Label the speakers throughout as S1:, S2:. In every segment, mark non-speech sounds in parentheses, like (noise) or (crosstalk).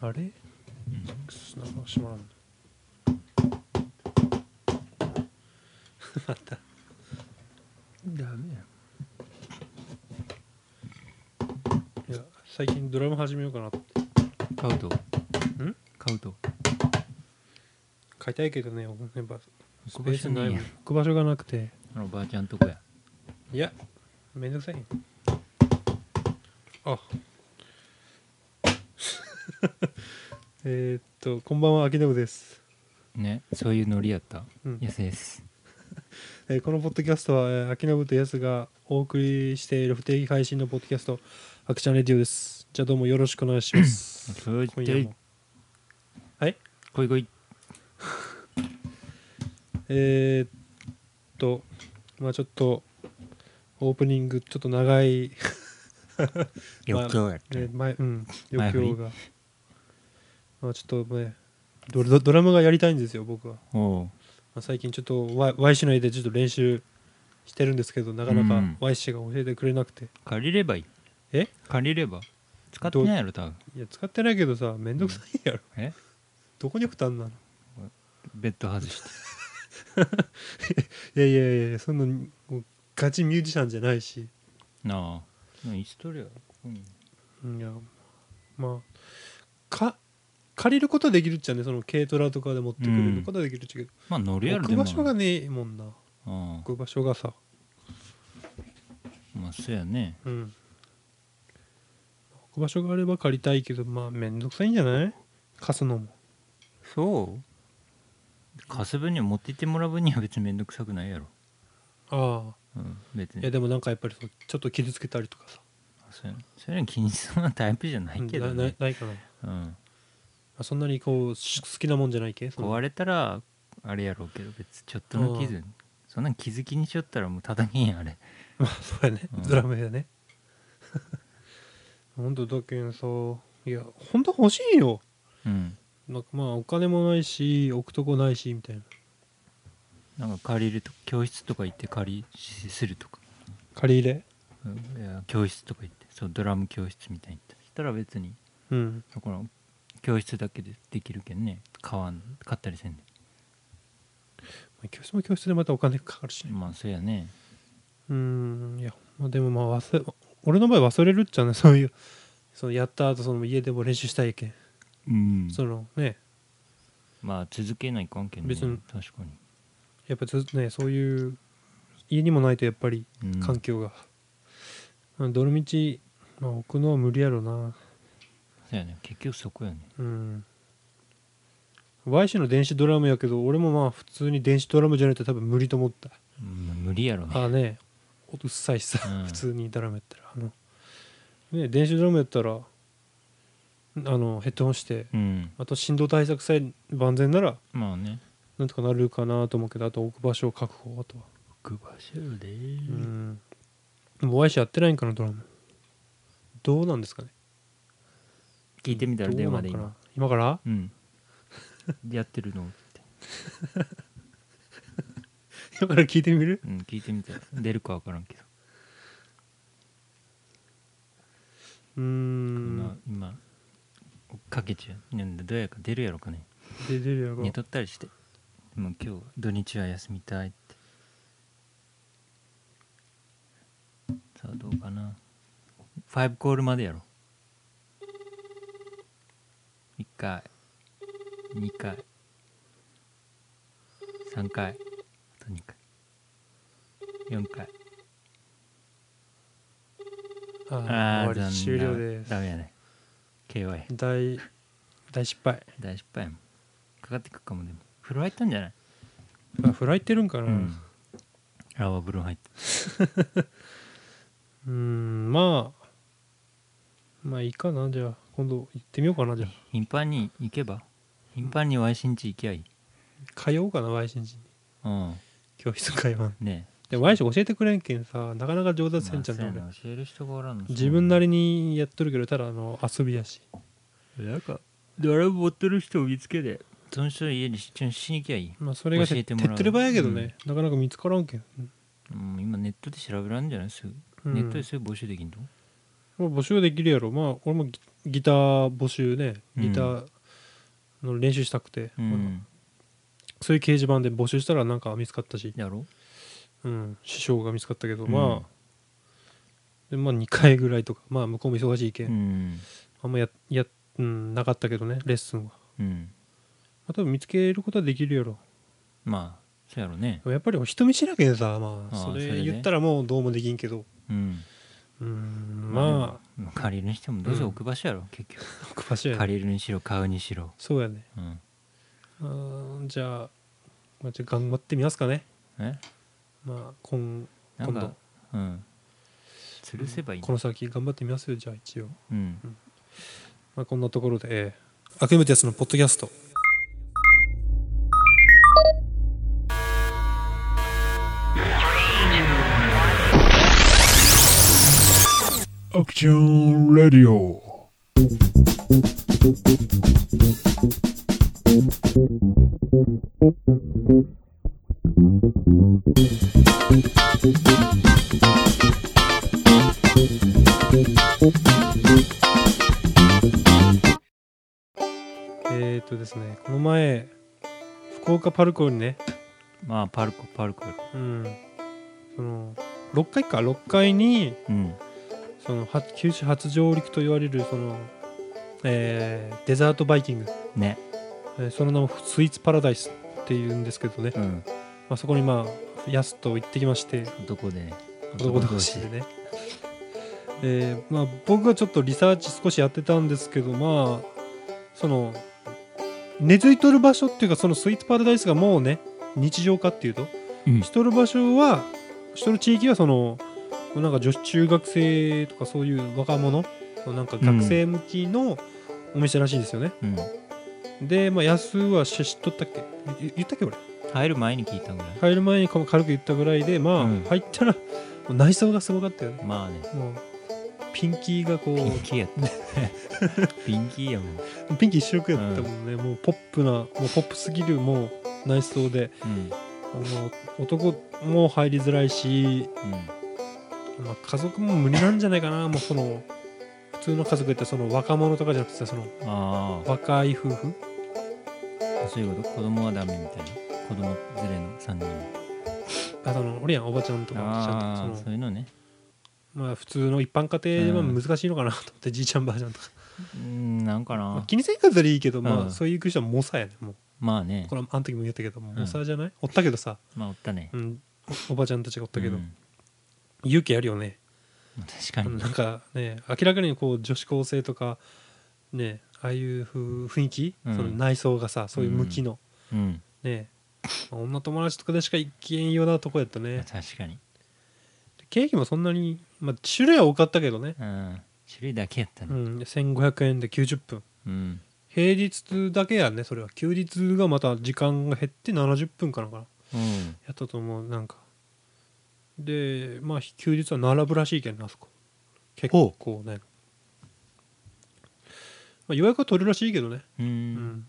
S1: あれくそなんか閉まらん (laughs) またダメやいや最近ドラム始めようかなって
S2: 買うとん買うと
S1: 買いたいけどねやっぱ
S2: 置く場所ね
S1: も
S2: えや
S1: ん置く場所がなくて
S2: あのおばあちゃんとこや
S1: いやめんどくさいあ (laughs) えーっとこんばんは秋信です
S2: ねそういうノリやった
S1: うん
S2: 安です
S1: えーこのポッドキャストは、えー、秋信とやすがお送りしている不定期配信のポッドキャスト「アクちゃんレディオ」ですじゃあどうもよろしくお願いします
S2: そう
S1: 今夜もはい
S2: こいこい
S1: えー、っとまあちょっとオープニングちょっと長い、
S2: よくやっ
S1: えー前うん、
S2: 前
S1: 余
S2: 振り
S1: 興がまあちょっとねドドドラムがやりたいんですよ僕は、
S2: たおう
S1: まあ、最近ちょっと Y, y 市内でちょっと練習してるんですけどなかな
S2: う
S1: か
S2: ん
S1: Y 氏が教えてくれなくて、
S2: 借りればいい
S1: え
S2: 借りれば使ってないやろ多分
S1: いや使ってないけどさめんどくさいやろ、
S2: え
S1: どこに負担なの
S2: ベッド外し
S1: い
S2: て
S1: やいやいやいやそんなもうガチミュージシャンじゃないし、
S2: なあなあ椅子取れよここに
S1: うんいやまあか借りることはできるっちゃねその軽トラとかで持ってく
S2: う
S1: る
S2: ん
S1: ことはできるっちゃけど、
S2: まあ乗るやろ
S1: 置
S2: で
S1: く
S2: も
S1: 場所がねえもんな
S2: うん
S1: 置く場所がさ
S2: まあそうやね
S1: うん置く場所があれば借りたいけどまあめんどくさいんじゃない貸すのも
S2: そう貸す分には持って行ってもらう分には別に面倒くさくないやろ
S1: あ
S2: うん別
S1: あい
S2: に
S1: やでもなんかやっぱりそうちょっと傷つけたりとかさ、
S2: そうやそういうの気にするなタイプじゃないけど
S1: なな
S2: ね
S1: ないかな
S2: うん
S1: あそんなにこうし好きなもんじゃないけその
S2: 壊れたらあれやろうけど別にちょっとの
S1: う
S2: 傷そんなん傷気にしよったらもう叩けんやんあれ
S1: (laughs) まあそうやね、
S2: うん
S1: ドラムやね (laughs) 本当だけんさいや本当欲しいよ
S2: うん
S1: なんかまあお金もないし置くとこないしみたいな
S2: なんか借りると教室とか行って借りしするとか、
S1: 借り入れ
S2: うんいや教室とか行ってそうドラム教室みたいに行ったそしたら別に
S1: うん
S2: この教室だけでできるけんね買わん買ったりせんで
S1: 教室も教室でまたお金かかるしね
S2: まあそうやね
S1: うんいや、まあ、でもまあ忘れ俺の場合忘れるっちゃねそういうそのやった後その家でも練習したいけん、
S2: うん
S1: そのね
S2: まあ続けない関係ね
S1: 別に
S2: 確かに
S1: やっぱずねそういう家にもないとやっぱり
S2: うん
S1: 環境が、うん、どの道、まあ、置くのは無理やろな
S2: そうやね結局そこやね
S1: うん。Y 氏の電子ドラムやけど、俺もまあ普通に電子ドラムじゃないと多分無理と思った。
S2: うん無理やろね
S1: ああね、音うっさいしさ、
S2: うん
S1: 普通にドラムやったら。あのね、電子ドラムやったら、あの、ヘッドホンして、
S2: うん
S1: あと振動対策さえ万全なら、
S2: まあね
S1: なんとかなるかなと思うけど、あと置く場所を確保、あとは。
S2: 置く場所
S1: う
S2: で
S1: ん。でも Y 氏やってないんかな、ドラム。どうなんですかね。
S2: 聞いてみたら
S1: どう
S2: 電
S1: な
S2: 話
S1: ん
S2: で
S1: か
S2: 今
S1: な。今から (laughs)
S2: うんやってるのって
S1: 今から聞いてみる
S2: うん聞いてみたら出るか分からんけど
S1: うーん
S2: 今。今追っかけ中なんでどうやか出るやろかね
S1: で出るやろ
S2: 寝とったりしてもう今日土日は休みたいってさあどうかな5コールまでやろ1回2回3回あと2回4回
S1: あ
S2: あ
S1: あ
S2: あ
S1: 終わり終了です
S2: ダメやね KY
S1: 大大失敗
S2: 大失敗やもんかかってくっかもでも風呂入ったんじゃない
S1: あフライってるんかな
S2: うんラワー風呂入った
S1: うーんまあまあいいかなじゃあ今度行ってみようかなじゃ
S2: 頻繁に行けば頻繁に Y 新地行きゃいい
S1: あ通おうかな Y 新人に
S2: うん
S1: 教室会話
S2: ね
S1: でも Y 氏教えてくれんけんさなかなか上
S2: え
S1: 達せんじゃんね、俺
S2: まあそうやな教える人がおらんの
S1: 自分な
S2: り
S1: りにやっとるけどただあの遊びやし
S2: なんか誰も持ってる人を見つけてその人の家に出張しに行きゃいい、
S1: まあそれが
S2: 教え
S1: 手手
S2: てもらう
S1: っ取り早いけどね、なかなか見つからんけん、
S2: うん、今ネットで調べらんじゃないすぐ、
S1: うん
S2: ネットですぐ募集できんの
S1: まあ募集できるやろまあ俺もぎギター募集ね
S2: う
S1: ギ
S2: ん
S1: ターの練習したくて、
S2: うん
S1: そういう掲示板で募集したらなんか見つかったし、
S2: やろ
S1: うん、師匠が見つかったけど、
S2: うん
S1: まあでまあ2回ぐらいとかまあ向こうも忙しいけ、、
S2: うんん
S1: あんまやや、うん、なかったけどねレッスンは、ま
S2: うん
S1: あ、多分見つけることはできるやろ
S2: まあそうやろね
S1: でもやっぱり人見知らけんさまあ
S2: ああ
S1: そ
S2: それ
S1: れ
S2: ね
S1: 言ったらもうどうもできんけど
S2: うん
S1: うんまあ
S2: あ借りるにしてもどうせ置く場所やろ結局
S1: 奥場所やね
S2: 借りるにしろ買うにしろ
S1: そうやね
S2: うん
S1: あーじゃあ,、まあ、じゃあ頑張ってみますかね
S2: え
S1: まあ今
S2: な
S1: 今
S2: ん
S1: 度
S2: かうん吊るせばいい
S1: この先頑張ってみますよじゃあ一応、
S2: うん
S1: まあ、こんなところで、えー、アクムテスのポッドキャスト
S3: アクションレディオ
S1: えー、っとですねこの前福岡パルコにね、
S2: まあパルコパルコ
S1: うん、その6階か6階に
S2: うん
S1: そのは九州初上陸と言われるその、えーデザートバイキング、
S2: ね
S1: えーその名もスイーツパラダイスっていうんですけどね、
S2: うん
S1: まあ、そこにまあやすと行ってきまして
S2: 男でね
S1: 男同士でね。えーまあ、僕がちょっとリサーチ少しやってたんですけどまあその根付いとる場所っていうかそのスイーツパラダイスがもうね日常化っていうと、
S2: うん
S1: しとる場所はしとる地域はそのなんか女子中学生とかそういう若者なんか学生向きのお店らしいんですよね、
S2: うん
S1: で、まあ、安は知っとったっけい言ったっけ俺
S2: 入る前に聞いたぐらい
S1: 入る前にか軽く言ったぐらいでまあ、
S2: うん
S1: 入ったらもう内装がすごかったよね
S2: まあね
S1: もうピンキーがこ
S2: ピン
S1: う
S2: キーやった
S1: (laughs)
S2: ピンキーやもん
S1: ピンキー一色やったもんね、もうポップなもうポップすぎるもう内装で
S2: うん
S1: もう男も入りづらいし、
S2: うん
S1: まあ、家族も無理なんじゃないかなもうその普通の家族やったらその若者とかじゃなくてさその
S2: あ
S1: 若い夫婦
S2: あそういうこと子供はダメみたいな子供連れの3人
S1: あその俺やんおばちゃんとかおじちゃんとか
S2: ああ
S1: そ
S2: そ
S1: の
S2: ういうのね
S1: まあ、普通の一般家庭では
S2: うん
S1: 難しいのかなと思って、じいちゃんばあちゃんとか、
S2: うんなんか
S1: まあ
S2: な
S1: 気にせんかったらいいけど、ま
S2: う
S1: あ、
S2: ん
S1: そういう人は猛者やねもう
S2: まあね
S1: これあの時も言ったけど猛者じゃない、おったけどさ、
S2: まあおったね
S1: うん、おおばちゃんたちがおったけど、
S2: うん
S1: 勇気あるよね、
S2: まあ確かに
S1: なんかね明らかにこう女子高生とかねああいうふう雰囲気、
S2: うん
S1: その内装がさそういう向きの、
S2: うん
S1: ねまあ女友達とかでしか行けんようなとこやった
S2: まあ
S1: ね
S2: 確かに
S1: ケーキもそんなに、まあ、種類は多かったけどね、
S2: うん種類だけやった
S1: う
S2: ね
S1: ん、1500円で90分
S2: うん
S1: 平日だけやねそれは休日がまた時間が減って70分かなんかな
S2: うん
S1: やったと思うなんかでまあ休日は並ぶらしいけんなあそこ結構ね、まあ、予約は取るらしいけどね
S2: う
S1: うんん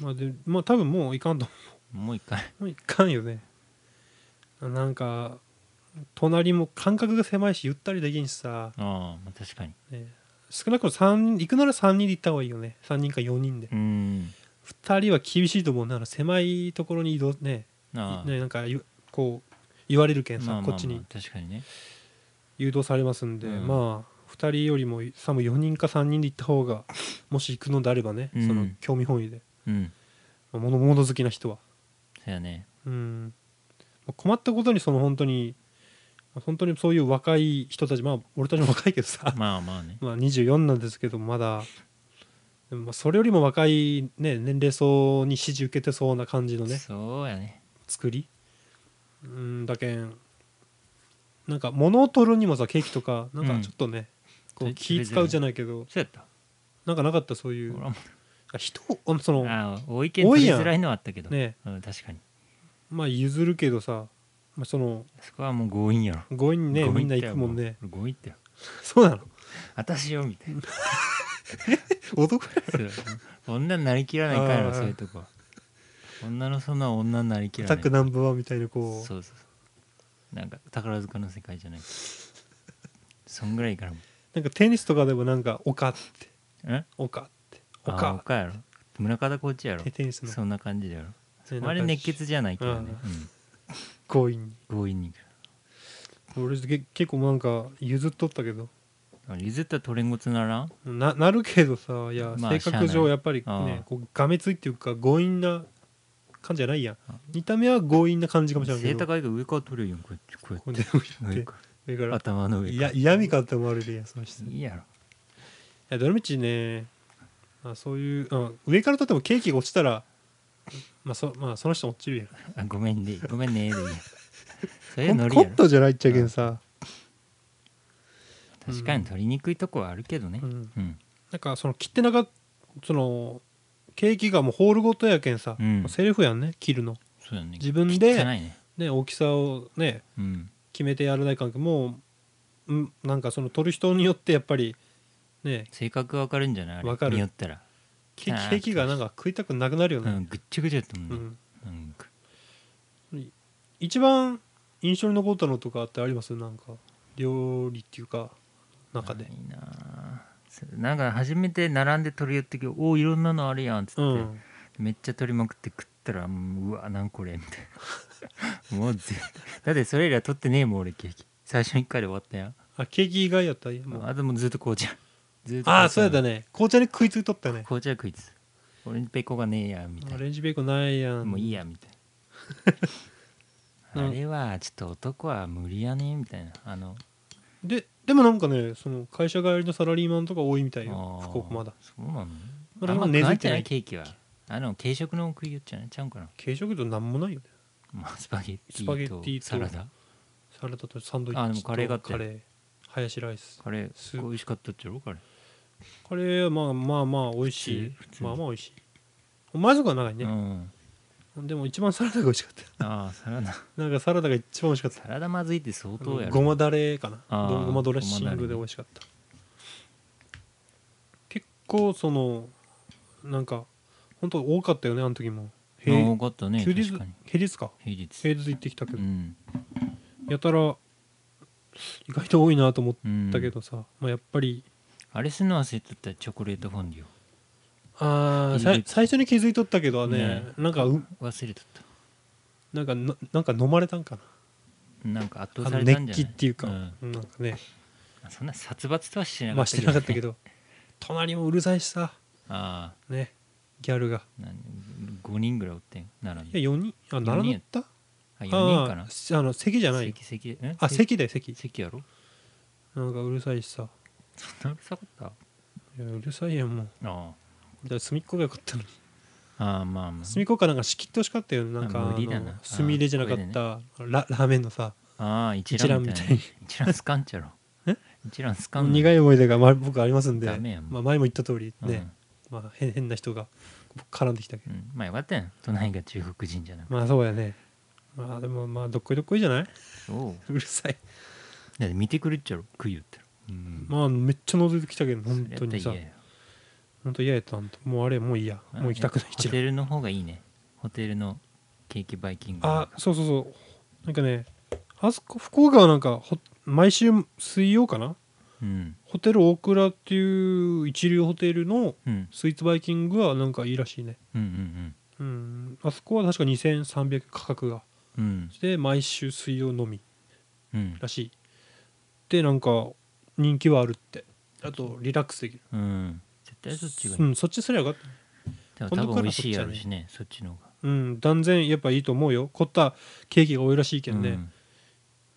S1: まあでまあ多分もういかんと
S2: もう一回 (laughs)
S1: もういかんよねなんか隣も間隔が狭いしゆったりできんしさ、
S2: ああまあ確かに
S1: ね少なくとも3行くなら3人で行った方がいいよね3人か4人で
S2: うん
S1: 2人は厳しいと思うなら狭いところに移動ね
S2: ああ
S1: ねなんかゆこう言われるけんさ、
S2: まあまあまあ
S1: こっちに
S2: 確かにね
S1: 誘導されますんで、
S2: うん
S1: まあ2人よりもさも4人か3人で行った方がもし行くのであればね、
S2: うん
S1: その興味本位で
S2: うん
S1: まあ物物好きな人は、
S2: そうやね
S1: うんまあ困ったことにその本当にまあ本当にそういう若い人たちまあ俺たちも若いけどさ、
S2: まあまあね
S1: まあ、24なんですけどまだでもまあそれよりも若い、ね、年齢層に支持受けてそうな感じのね
S2: そうやね
S1: 作りうんだけんなんか物を取るにもさケーキとかなんかちょっとね、
S2: うん
S1: こう気使うじゃないけど
S2: そうやった
S1: なんかなかったそういう
S2: 俺はも
S1: あ人をあのその
S2: ああ多いけ
S1: 多
S2: 取
S1: い
S2: り
S1: やん
S2: づらいのはあったけど
S1: ね
S2: うん確かに
S1: まあ譲るけどさ、まあ、その
S2: そこはもう強引やろ
S1: 強引にね
S2: 強
S1: み
S2: 引
S1: ん
S2: っ
S1: な
S2: て
S1: 行くもんね
S2: 俺強引ってよ
S1: そう
S2: (laughs)
S1: なの
S2: 私よみたいな
S1: 男
S2: そう女になりきらないか
S1: (laughs) あ
S2: ら
S1: あ
S2: そういうとこは女のそんな女になりきらな
S1: タッ
S2: い
S1: クナンバーワンみたいな
S2: そう
S1: こう
S2: (laughs) そうそうなんか宝塚の世界じゃないそんぐらいからも
S1: なんかテニスとかでもなんか「おか」って
S2: え
S1: 岡って
S2: あ
S1: 岡
S2: 岡やろ村方こっちやろ
S1: でテニスの
S2: そんな感じだよ
S1: ね
S2: あれ
S1: なんか
S2: 熱血じゃないけどね、
S1: 強引に
S2: うん強引に
S1: 俺け結構なんか譲っとったけど
S2: 譲ったらトレンゴつならん
S1: ななるけどさいや、
S2: まあ
S1: 性格
S2: しゃあな
S1: 上
S2: い
S1: やっぱり
S2: あ
S1: ねこうがめついっていうか強引な感じじゃないやん見た目は強引な感じかもしれないけ
S2: 背
S1: ど
S2: 高いから上から取るよこうやってこうやっ
S1: こうやって
S2: て上
S1: 上
S2: か
S1: 上
S2: (laughs)
S1: からら
S2: 頭の上
S1: い
S2: から
S1: や嫌味かって思われるやんその人い
S2: いいやろ
S1: やどのみちね、まあ、そういう、うん、上からとってもケーキが落ちたらまあそ,、まあ、その人落ちるやん
S2: あごめんねごめんねでいいや
S1: (laughs)
S2: そういう
S1: コ
S2: ノ
S1: ン
S2: リ
S1: コ
S2: や
S1: ン
S2: ろ
S1: トじゃないっちゃけんさ、
S2: 確かに取りにくいとこはあるけどね
S1: うん
S2: うん
S1: なんかその切ってなかっそのケーキがもうホールごとやけんさ、
S2: うん
S1: セルフやんね切るの
S2: そうだね
S1: 自分
S2: 汚い
S1: で、
S2: ね
S1: ね、大きさをね
S2: うん
S1: 決めてやらない関係もう、うん、なんかその取る人によってやっぱりね
S2: 性格わかるんじゃないあれ
S1: わかる
S2: によったら
S1: ケー
S2: あー
S1: キケーキがなんか食いたくなくなるよ
S2: う
S1: ね、
S2: んぐっちゃぐちゃだったもん
S1: う
S2: ね
S1: ん、
S2: なんか
S1: 一番印象に残ったのとかってありますなんか料理っていうか中で
S2: いいなぁなんか初めて並んで取り寄ってきて「おおいろんなのあるやん」っつって、
S1: うん
S2: めっちゃ取りまくって食ったらもううわなんこれみたいな (laughs) もうぜだってそれ以来取ってねえもん俺ケーキ最初の1回で終わったや
S1: あケーキ以外やったらも
S2: ん
S1: う
S2: あともうずっと紅茶ずっと
S1: ああそうやった
S2: ね
S1: ね紅茶に食いついとったね
S2: 紅茶食いつオレンジペコがねえやみた
S1: オ
S2: い
S1: レンジベーコンないや
S2: なんもういいやみたい
S1: う (laughs)
S2: なんあれはちょっと男は無理やねみたいなあの
S1: ででもなんかねその会社帰りのサラリーマンとか多いみたいよ
S2: あー
S1: 福岡まだ
S2: そうなの
S1: まだ
S2: あんま
S1: 根
S2: 食
S1: 付い
S2: わん
S1: て
S2: じゃ
S1: な
S2: ないいケーキはあの軽食の食いよっちゃないちゃうんかな
S1: 軽食となんもないよね
S2: まあ、スパゲッテ
S1: スパゲッ
S2: ィと
S1: ティと
S2: サラダ
S1: サラダとサンドイ
S2: あ
S1: ッ
S2: で
S1: チ
S2: も
S1: と
S2: カレーがあって
S1: カレーハヤシライス
S2: カレー
S1: ス
S2: すごい美味しかったっちゃろカレー
S1: カレーはまあまあまあ美味しい
S2: 普通普通
S1: まあまあ美味しいお前とかは長いうね、
S2: ん
S1: でも一番サラダが美味しかった
S2: ああサラダ
S1: なんかサラダが一番美味しかった
S2: サラダまずいって相当やろ
S1: ごまだれかな
S2: あー
S1: ごまドレッシングで美味しかった結構そのなんか本当多かったよねあの時も
S2: まあ
S1: 平
S2: 多かったね
S1: 休
S2: 確
S1: 日
S2: かに
S1: 平日か
S2: 平日
S1: 平日行ってきたけ
S2: う
S1: ど、
S2: ん
S1: やたら意外と多いなと思っ
S2: うん
S1: たけどさ、まあ、やっぱり
S2: あれすんの忘れとったチョコレートフォンデュ
S1: あー
S2: いい
S1: さ
S2: ね
S1: 最初に気づいとったけどね
S2: ね
S1: なんかう
S2: を忘れとっ
S1: なんかななんか飲まれたんかな
S2: たなんか圧
S1: あ
S2: 倒さ
S1: の
S2: れたんじ
S1: 熱気
S2: ゃない
S1: っていうか、
S2: ん
S1: なんかね
S2: そんな殺伐とはしてな
S1: ま
S2: か
S1: あ
S2: っ
S1: したてなかっ
S2: けどね
S1: たけど隣もうるさいしさ
S2: あ
S1: ねギャルが
S2: あ5人ぐらいおってん並ん
S1: い
S2: で
S1: や4人あ並んだった
S2: あ4人か
S1: あ
S2: な
S1: ーあの席じゃないよ
S2: 席席え
S1: あ席だよ席
S2: 席やろ
S1: なんかうるさいしさ
S2: そんなうるさかったあ
S1: いやうるさいやんもう
S2: あ
S1: だから隅っこがよかったのに
S2: ああまあまあ
S1: 隅っこかなんか仕切ってほしかったよねなんか
S2: あ無理だ
S1: あ
S2: な
S1: の墨入れじゃなかったララーメンのさ
S2: ああ一覧みたいな
S1: 一覧み
S2: 一覧スカンちゃろ
S1: え
S2: 一覧スカン
S1: 苦
S2: い
S1: い思い出が、まあ、僕ありますんで
S2: ダメやん
S1: まあ、前も言った通りね、まあ、変変な人が絡んできたけ
S2: う
S1: ど
S2: んうん、まあよかったやん隣が中国人じゃなくて
S1: まあそうやねまあでもまあどっこいどっこいじゃない (laughs)
S2: おう
S1: うるさい
S2: だって見てくれっちゃろ食いよったらうん
S1: まあめっちゃ覗いてきたけど
S2: それ
S1: 本
S2: やった
S1: 当
S2: ら
S1: にさ
S2: 嫌や
S1: 本当嫌やったほんともうあれもういいやもう行きたくない
S2: ホテルの方がいいねホテルのケーキバイキング
S1: あそうそうそうなんかねあそこ福岡はなんかほ毎週水曜かな
S2: うん
S1: ホテル大倉っていう一流ホテルの
S2: うん
S1: スイーツバイキングはなんかいいらしいね
S2: うんうん
S1: うんあそこは確か2300価格が
S2: うんうん
S1: で毎週水曜のみ
S2: うん
S1: らしいでなんか人気はあるってあとリラックスできる
S2: うん絶対そっちがいい
S1: うんそっちすればよかっ
S2: で
S1: 今
S2: も多
S1: 度
S2: 分
S1: から
S2: 美味しいやろうしねそっちの方が
S1: たうん断然やっぱいいと思うよ凝ったケーキが多いらしいけどね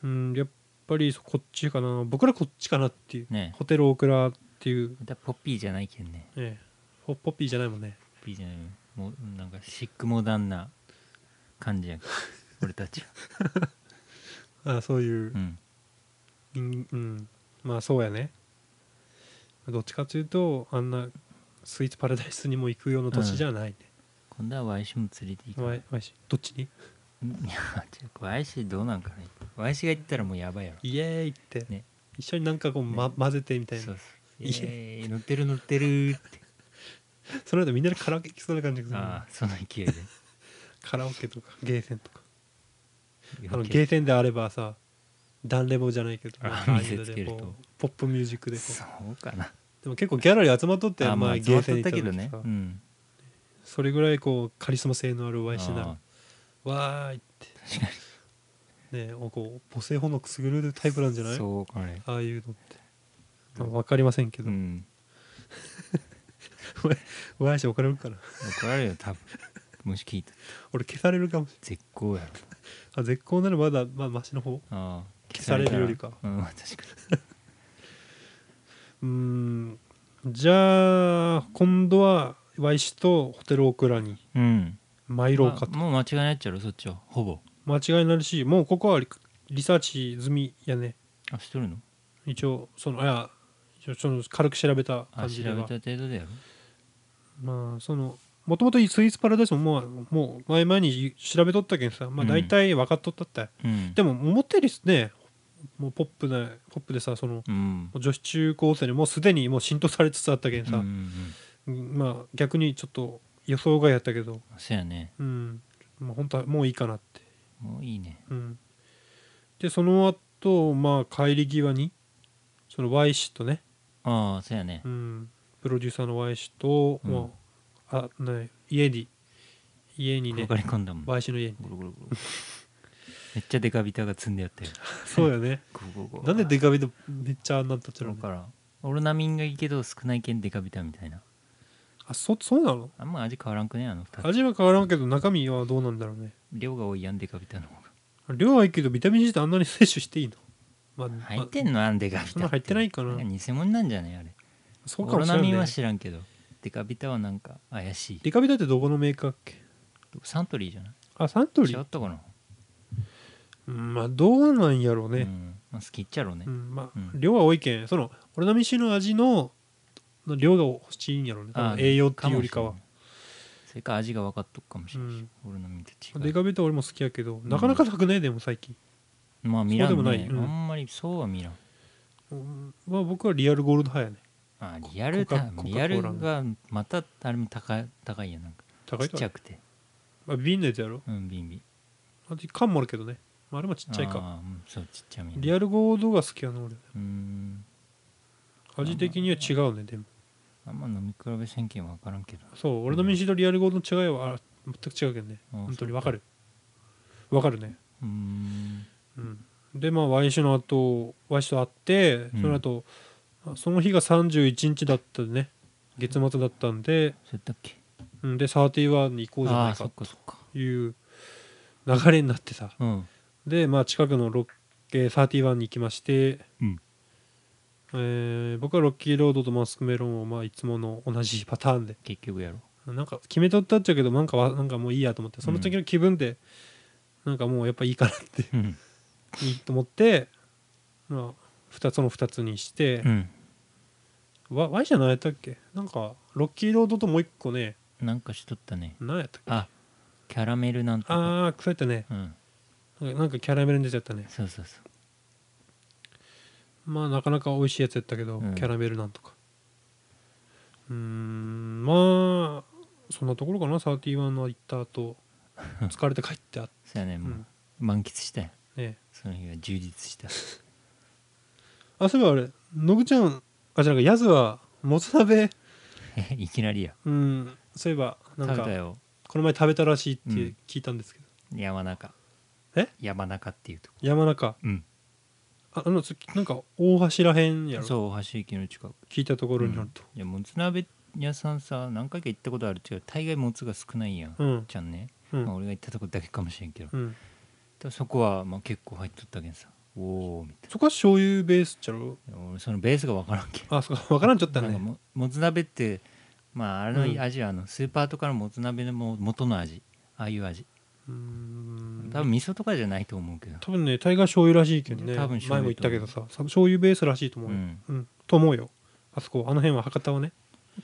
S1: うん、やっぱりそこっちかな僕らこっちかなっていう
S2: うんね
S1: ホテルオークラっていう、
S2: またポッピーじゃないけんね
S1: ええ、ポポッピーじゃないもんね
S2: ポッピーじゃないもうなんかシックモダンな感じやけど俺たち
S1: (laughs)
S2: は
S1: あそういう
S2: う、ん
S1: うんうんまあそうやねどっちかというとあんなスイーツパラダイスにも行くような年じゃないね、
S2: 今度はワイシも連れて行く
S1: わいわいしどっちに
S2: うんいやちょっとワイシどうなんかねワイシが行ったらもうやばいやろ
S1: イエーイって、
S2: ね
S1: 一緒になんかこう、ま混ぜてみたいな
S2: そう
S1: そ
S2: そういえ乗ってる乗ってるって
S1: の後みんなでカラオケ行きそうな感じがする
S2: ああその勢いで
S1: カラオケとかゲーセンとかあの
S2: 余計
S1: ゲーセンであればさダンレボじゃないけど
S2: あ
S1: なんかああいうの
S2: 見せつけ
S1: で
S2: ると
S1: こうポップミュージックでこ
S2: そうかな
S1: でも結構ギャラリー集まっとって
S2: あまあ
S1: 前
S2: ず
S1: ゲ
S2: っ
S1: ーセン
S2: と
S1: に行
S2: った
S1: った時
S2: けどね
S1: ね、
S2: うん
S1: それぐらいこうカリスマ性のあるお
S2: あ
S1: 会いしてたらわーいって
S2: 確か
S1: ねおこう母性本能くすぐるタイプなんじゃな
S2: に
S1: い
S2: そうかね
S1: ああいうのって、まあ、分かりませんけど、
S2: う
S1: わ
S2: ん
S1: (laughs) お会いして怒られるかな
S2: 怒られるよ多分もし聞いたら
S1: 俺消されるかもしれ
S2: 絶好やろ
S1: ないあ絶好ならまだまあマシの方
S2: ああ
S1: 消されるよりか
S2: 消されたらうん確か
S1: うーんじゃあ今度はワイシとホテルオクラに
S2: にうん
S1: 参ろうかと、
S2: まあもう間違いないっちゃろそっちはほぼ
S1: 間違いになるしもうここはリサーチ済みやね
S2: あしとるの
S1: 一応そのあや一応その軽く調べた
S2: あ
S1: 感
S2: 調
S1: じ
S2: べ
S1: で
S2: た
S1: は
S2: 程度だよ
S1: まあそのもともとスイーツパラダイスももうもう前々に調べとったけんさまあ
S2: うん
S1: 大体分かっとったって、
S2: うん
S1: でも思ったよりねもうポップなポップでさそのも
S2: うん
S1: う女子中高生にもうすでにもう浸透されつつあったけん
S2: うんう
S1: さ、
S2: ん
S1: まあ逆にちょっと予想外やったけど
S2: そうやね
S1: うんまあ本当はもういいかなって
S2: もういいね
S1: うんでその後まあ帰り際にその Y 氏とね
S2: ああそうやね
S1: うん、プロデューサーの Y 氏と、
S2: うん
S1: もうあね、家に家にね
S2: 転がり込んだもん
S1: Y 氏の家に
S2: ゴロゴロゴロめっちゃデカビタが積んでやったよ
S1: (laughs) そうよね
S2: ゴロゴロゴロ
S1: (laughs) なんでデカビでめっちゃあんなったっちゃろ
S2: わ
S1: うね
S2: からんオロナミンがいいけど少ないけんデカビタみたいな
S1: あそそうなの
S2: あんま味変わらんくねあの2つ
S1: 味は変わらんけど中身はどうなんだろうね
S2: 量が多いやんデカビタの方が
S1: 量はいいけどビタミン C ってあんなに摂取していいの、まあ、
S2: 入って
S1: ま
S2: んのあんデカビ
S1: あ
S2: タ
S1: そんな入ってないかな
S2: なんか偽物なんじゃないあれ
S1: そうか
S2: オ
S1: も
S2: ロ
S1: しれ
S2: ナ
S1: ない、
S2: ミンは
S1: ね、
S2: 知らんけどデカビタはなんか怪しい
S1: デカビタってどこのメーカーっけ
S2: サントリーじゃない
S1: あサントリ
S2: 違
S1: ー
S2: ったかな
S1: うんまあどうなんやろう
S2: う
S1: ね、
S2: んまあ好きっちゃろうね
S1: うんまあ
S2: うん
S1: 量は多いけんそのオロナミン C の味のの量が欲しいんやろうね多
S2: あ
S1: 分栄養っていうよりかは
S2: もしれんそれか味が分かっとくかもしれないし、俺の見て違う
S1: デカビタ俺も好きやけど、なかなかなくねでも最近、
S2: まあ見らん、ね、
S1: そうでもないうん
S2: あんまりそうは見らん
S1: うんまあ、僕はリアルゴールド派やね
S2: あリアル
S1: コカ
S2: だ
S1: コカコー
S2: リア
S1: ラ
S2: ルがまたあれも高い高いやんなんか
S1: 高い
S2: ちっ
S1: か
S2: ちゃ
S1: ら、
S2: くて
S1: まあ、瓶のやつやろ
S2: うんビンビン
S1: あと缶もあるけどね、まあ、あれもちっちゃいか
S2: あーうんそうちっちゃめ
S1: リ
S2: ア
S1: アルゴールドが好きやな俺
S2: うん
S1: 味的には違うねでも
S2: あんま飲み比べせんけん分からんけど
S1: そう俺のミンシとリアルゴールドの違いはあ全く違うけどね
S2: あー
S1: 本当に
S2: そ
S1: わ
S2: うか
S1: かるわかるね
S2: うーん
S1: うんでまあ Y 氏の後 Y 氏と会って
S2: うん
S1: その後、あその日が31日だったね月末だったんで、
S2: そうやったっけ
S1: うん、で31に行こうじゃ
S2: あ
S1: な
S2: あ
S1: い
S2: ーそ
S1: か
S2: っかそっか
S1: という流れになってさ
S2: うん
S1: でまあ近くのロッケ31に行きまして、
S2: うん
S1: えー僕はロッキーロードとマスクメロンをまあいつもの同じパターンで
S2: 結局やろ
S1: なんか決めとったっちゃけどなんかわなんかもういいやと思ってその時の気分で、なんかもうやっぱいいかなって
S2: うん
S1: いいと思って、まあ、二つその2つにして、
S2: うん
S1: わ Y じゃないやったっけなんかロッキーロードともう一個ね
S2: なんかしとったね
S1: 何やったっけ
S2: あキャラメルなんとか
S1: ああそうやったね
S2: うん
S1: なんかなんかキャラメルに出ちゃったね
S2: そうそうそう
S1: まあなかなか美味しいやつやったけど、
S2: うん
S1: キャラメルなんとかうーんまあそんなところかな31の行った
S2: (laughs)
S1: 後疲れて帰ってあっ
S2: そうやね
S1: う
S2: もう、
S1: ん
S2: 満喫したよ
S1: ね
S2: その日は充実
S1: (laughs)
S2: した (laughs)
S1: あそういえばあれ野口ちゃんあじゃなくやつはもつ鍋
S2: えいきなりや
S1: うんそういえばなん
S2: 食べ
S1: か
S2: たよ
S1: この前食べたらしいっ
S2: う
S1: て
S2: ん
S1: 聞いたんですけど、
S2: 山中
S1: え
S2: 山中っていうとこ
S1: 山中
S2: うん
S1: ああのそなんか大橋らへんやろ
S2: そう大橋駅の近く
S1: 聞いたところにあると
S2: いやもつ鍋屋さんさ何回か行ったことあるけど大概もつが少ないやん、
S1: うん
S2: ちゃんね、
S1: う
S2: まあ、
S1: ん
S2: 俺が行ったとこだけかもしれんけど、
S1: うん
S2: ただそこはまあ結構入っとったけんさおおみたい
S1: そこは醤油ベースっちゃろ
S2: な俺そのベースが分からんけん
S1: あそうか分からんちょった
S2: なんか
S1: ね
S2: ももつ鍋ってまああれ
S1: うん
S2: の味はあのスーパーとかのもつ鍋のも元の味ああいう味
S1: うーん
S2: 多分味噌とかじゃないと思うけど
S1: 多分ね大概醤油らしいけどね
S2: 多分醤
S1: 前も言
S2: 油
S1: ったけどささ醤油ベースらしいと思うよ
S2: うん
S1: うんと思うよあそこあの辺は博多はね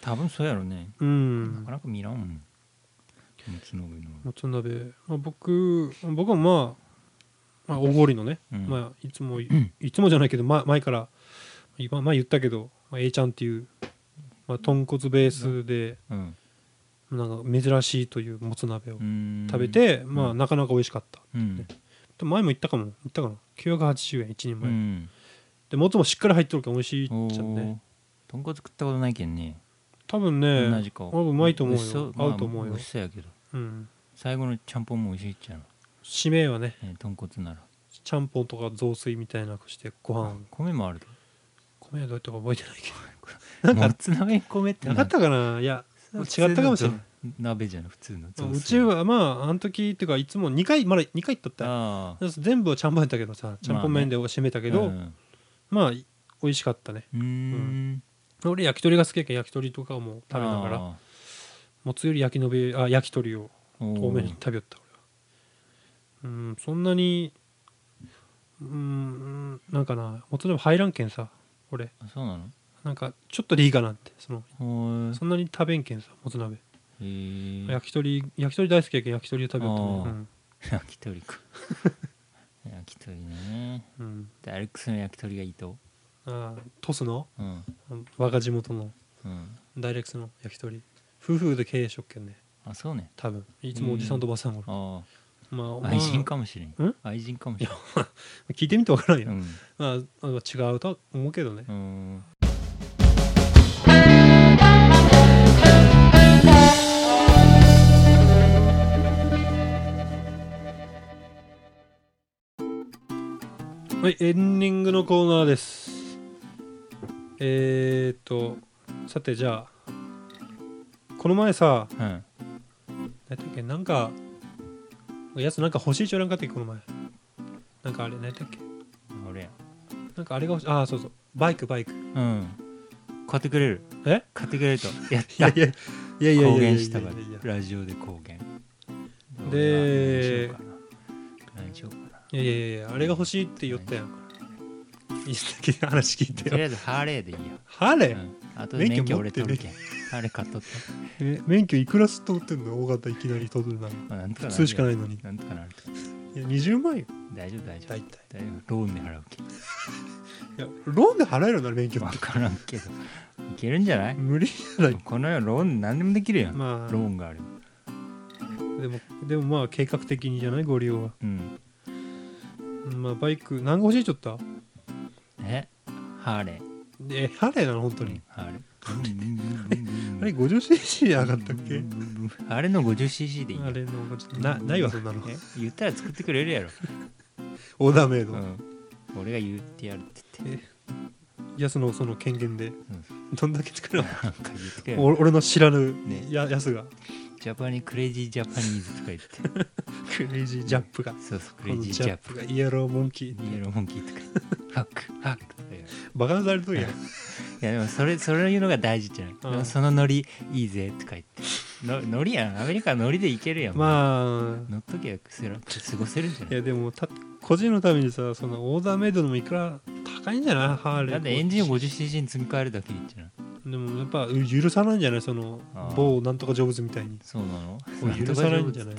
S2: 多分そうやろね
S1: う
S2: なんかなか見らんもんもつ鍋の
S1: もつ鍋、まあ、僕僕もまあ、まあ、おごりのね、
S2: うん
S1: まあいつもいいつもじゃないけど、ま、前から今前言ったけど、まあ、A ちゃんっていう、まあ、豚骨ベースで
S2: うん
S1: なんか珍しいというもつ鍋を
S2: うーん
S1: 食べて、まあ
S2: うん
S1: なかなか美味しかった
S2: うん
S1: でも前も言ったかも言ったかな980円1人
S2: う
S1: 前、
S2: ん
S1: でもつもしっかり入っとるから美味しいっ
S2: お
S1: ちゃね
S2: ー豚骨食ったことないけんね、
S1: 多分ね
S2: 同じか
S1: 多分うまいと思うよ
S2: そ
S1: 合うと思うよ
S2: まあ、美味しそうやけど
S1: うん
S2: 最後のちゃんぽんも美味しいっちゃう
S1: 締めはね
S2: の、ね、豚骨なら
S1: ちゃんぽんとか雑炊みたいなのしてご飯
S2: 米もある
S1: 米はどうやったか覚えてないけ
S2: でもつ鍋に米っ
S1: (laughs)
S2: て
S1: どなかったかないや違ったかもしれない
S2: い鍋じゃない普通の雑炊
S1: うちはまああの時っていうかいつも2回まだ2回行っとったよ
S2: ああ
S1: 全部はちゃんぽんやったけどさちゃんぽん麺で締めたけど、
S2: うん
S1: まあい美味しかったね
S2: うーん
S1: 俺焼き鳥が好きやけん焼き鳥とかも食べながら
S2: あ
S1: もつより焼きのびあ焼き鳥を
S2: ーおー
S1: 多めに食べよった俺はうんそんなにうんなんかなもつ鍋入らんけんさ俺
S2: あそうなの
S1: なんかちょっとでいいかなってその
S2: おー
S1: そんなに食べんけんさもつ鍋
S2: へー
S1: 焼き鳥焼き鳥大好きやけん焼き鳥で食べよったね
S2: あー焼き (laughs) 鳥か焼き鳥ね
S1: うん、うん、
S2: でアレックスの焼き鳥がいいと
S1: あートスの
S2: うん
S1: うん我が地元の
S2: うん
S1: ダイレクトの焼き鳥夫婦で経営しよっけんね
S2: あそうね
S1: 多分いつもおじさんとおばさんがおる
S2: あ
S1: まあお
S2: あ
S1: 前
S2: 愛人かもしれん
S1: ん
S2: 愛人かもしれん
S1: 聞いてみてわからんよ、
S2: うん
S1: まあ、あの違うとは思うけどね、
S2: うん
S1: はいエンディングのコーナーですえー、っとさてじゃあこの前さ
S2: うん
S1: 何やったっけなんかやつなんか欲しいちょらんかったっけこの前なんかあれ何やったっけ
S2: 俺や
S1: なんかあれが欲しいああそうそうバイクバイク
S2: うん買ってくれる
S1: え
S2: 買ってくれるとやっ
S1: いや
S2: た
S1: いやいやいやいやいやいや
S2: 公言したから
S1: いやいや
S2: ラジオで公言
S1: で
S2: 俺は何しようかない
S1: やいやいやあれが欲しいって言ったやん。いいだけ話聞い
S2: 何しようか
S1: て
S2: なとり
S1: よ。
S2: あえずハーレーでいいや
S1: ハレ
S2: う
S1: ー、
S2: んあと
S1: 免許
S2: 免許俺
S1: 持って
S2: 取
S1: ね
S2: るけんハーレー買っとった
S1: え免許いくらすっと持ってんの大型いきなり取るなら。
S2: まあなんとか
S1: 普
S2: な
S1: 通
S2: る
S1: しかないのに。
S2: なんとかなると
S1: いや20万よ、
S2: 大丈夫大丈夫
S1: 大体。
S2: 大丈夫ローンで払うけ
S1: いや、ローンで払えるなら免許
S2: ん分からんけどいけるんじゃない
S1: 無理じゃない。
S2: この世ローン何でもできるやん、
S1: ま
S2: ローンがある
S1: あ、でも、でもまあ、計画的にじゃない、ご利用は。
S2: うん
S1: うんまあ、バイク、何が欲しいちょっと
S2: えハーレー
S1: え、ハレーなの、本当
S2: う
S1: に
S2: ん。ハーレー
S1: あれ、50cc 上がったっけ
S2: あれの 50cc でいい
S1: あ
S2: よ
S1: れの、ちょっとなないわ、そんなの。
S2: え言ったら作ってくれるやろ、
S1: オーダーメイ
S2: う
S1: ド。
S2: ん、俺が言ってやるって言って
S1: いや、その、その権限で。どんだけ作るの
S2: なんか言ってくれる
S1: お俺の知らぬ
S2: ね
S1: や,、やつが
S2: ジャパニークレイジージャパニーズとか言って
S1: クレイジージャップが
S2: そうそう
S1: こ
S2: クレイ
S1: の
S2: ジ
S1: ジ
S2: ージャ
S1: ャッ
S2: ップ
S1: プがイエローモンキー
S2: イエローモンキーとかハックハックとか言う
S1: バカにされとんや
S2: いやでもそれそれいうのが大事じゃない、
S1: うん
S2: でもそのノリいいぜとか言ってのノリやんアメリカはノリでいけるやんあ
S1: まあ
S2: 乗っときゃスラッと過ごせるんじゃ
S1: い
S2: ない
S1: やでもた個人のためにさそのオーダーメイドでもいくら高いんじゃないハーレー
S2: だってエンジンを 50cc に積み替えるだけでいいんじゃない
S1: でもやっぱ許さないんじゃないその
S2: あー
S1: 某なんとかジョブズみたいに
S2: そうなの
S1: 許さないんじゃない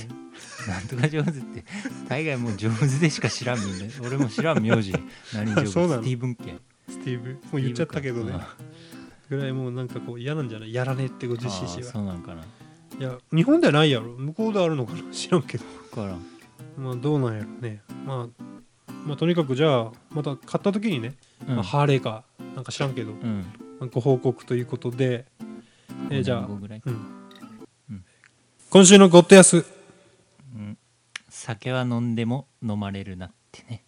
S2: なんとか上手って大概もう上手でしか知らんみんな俺も知らん
S1: (laughs)
S2: 名字何上手ステ
S1: そうなの
S2: ィーブン家も
S1: スティーブもう言っちゃったけどねぐらいもうなんかこう嫌なんじゃないやらねえって
S2: ああ
S1: 50cc は
S2: そうなんかない
S1: や日本ではないやろ向こうであるのかな知らんけど
S2: 分からん
S1: まあどうなんやろね、まあ、まあとにかくじゃあまた買った時にね、
S2: うん、
S1: まあ、ハーレーかなんか知らんけど、
S2: うん
S1: ご報告ということで、えーじ
S2: 五
S1: ゃ
S2: 年
S1: あ
S2: 後、ぐらい
S1: うん
S2: うん
S1: 今週のゴッドヤス
S2: 酒は飲んでも飲まれるなってね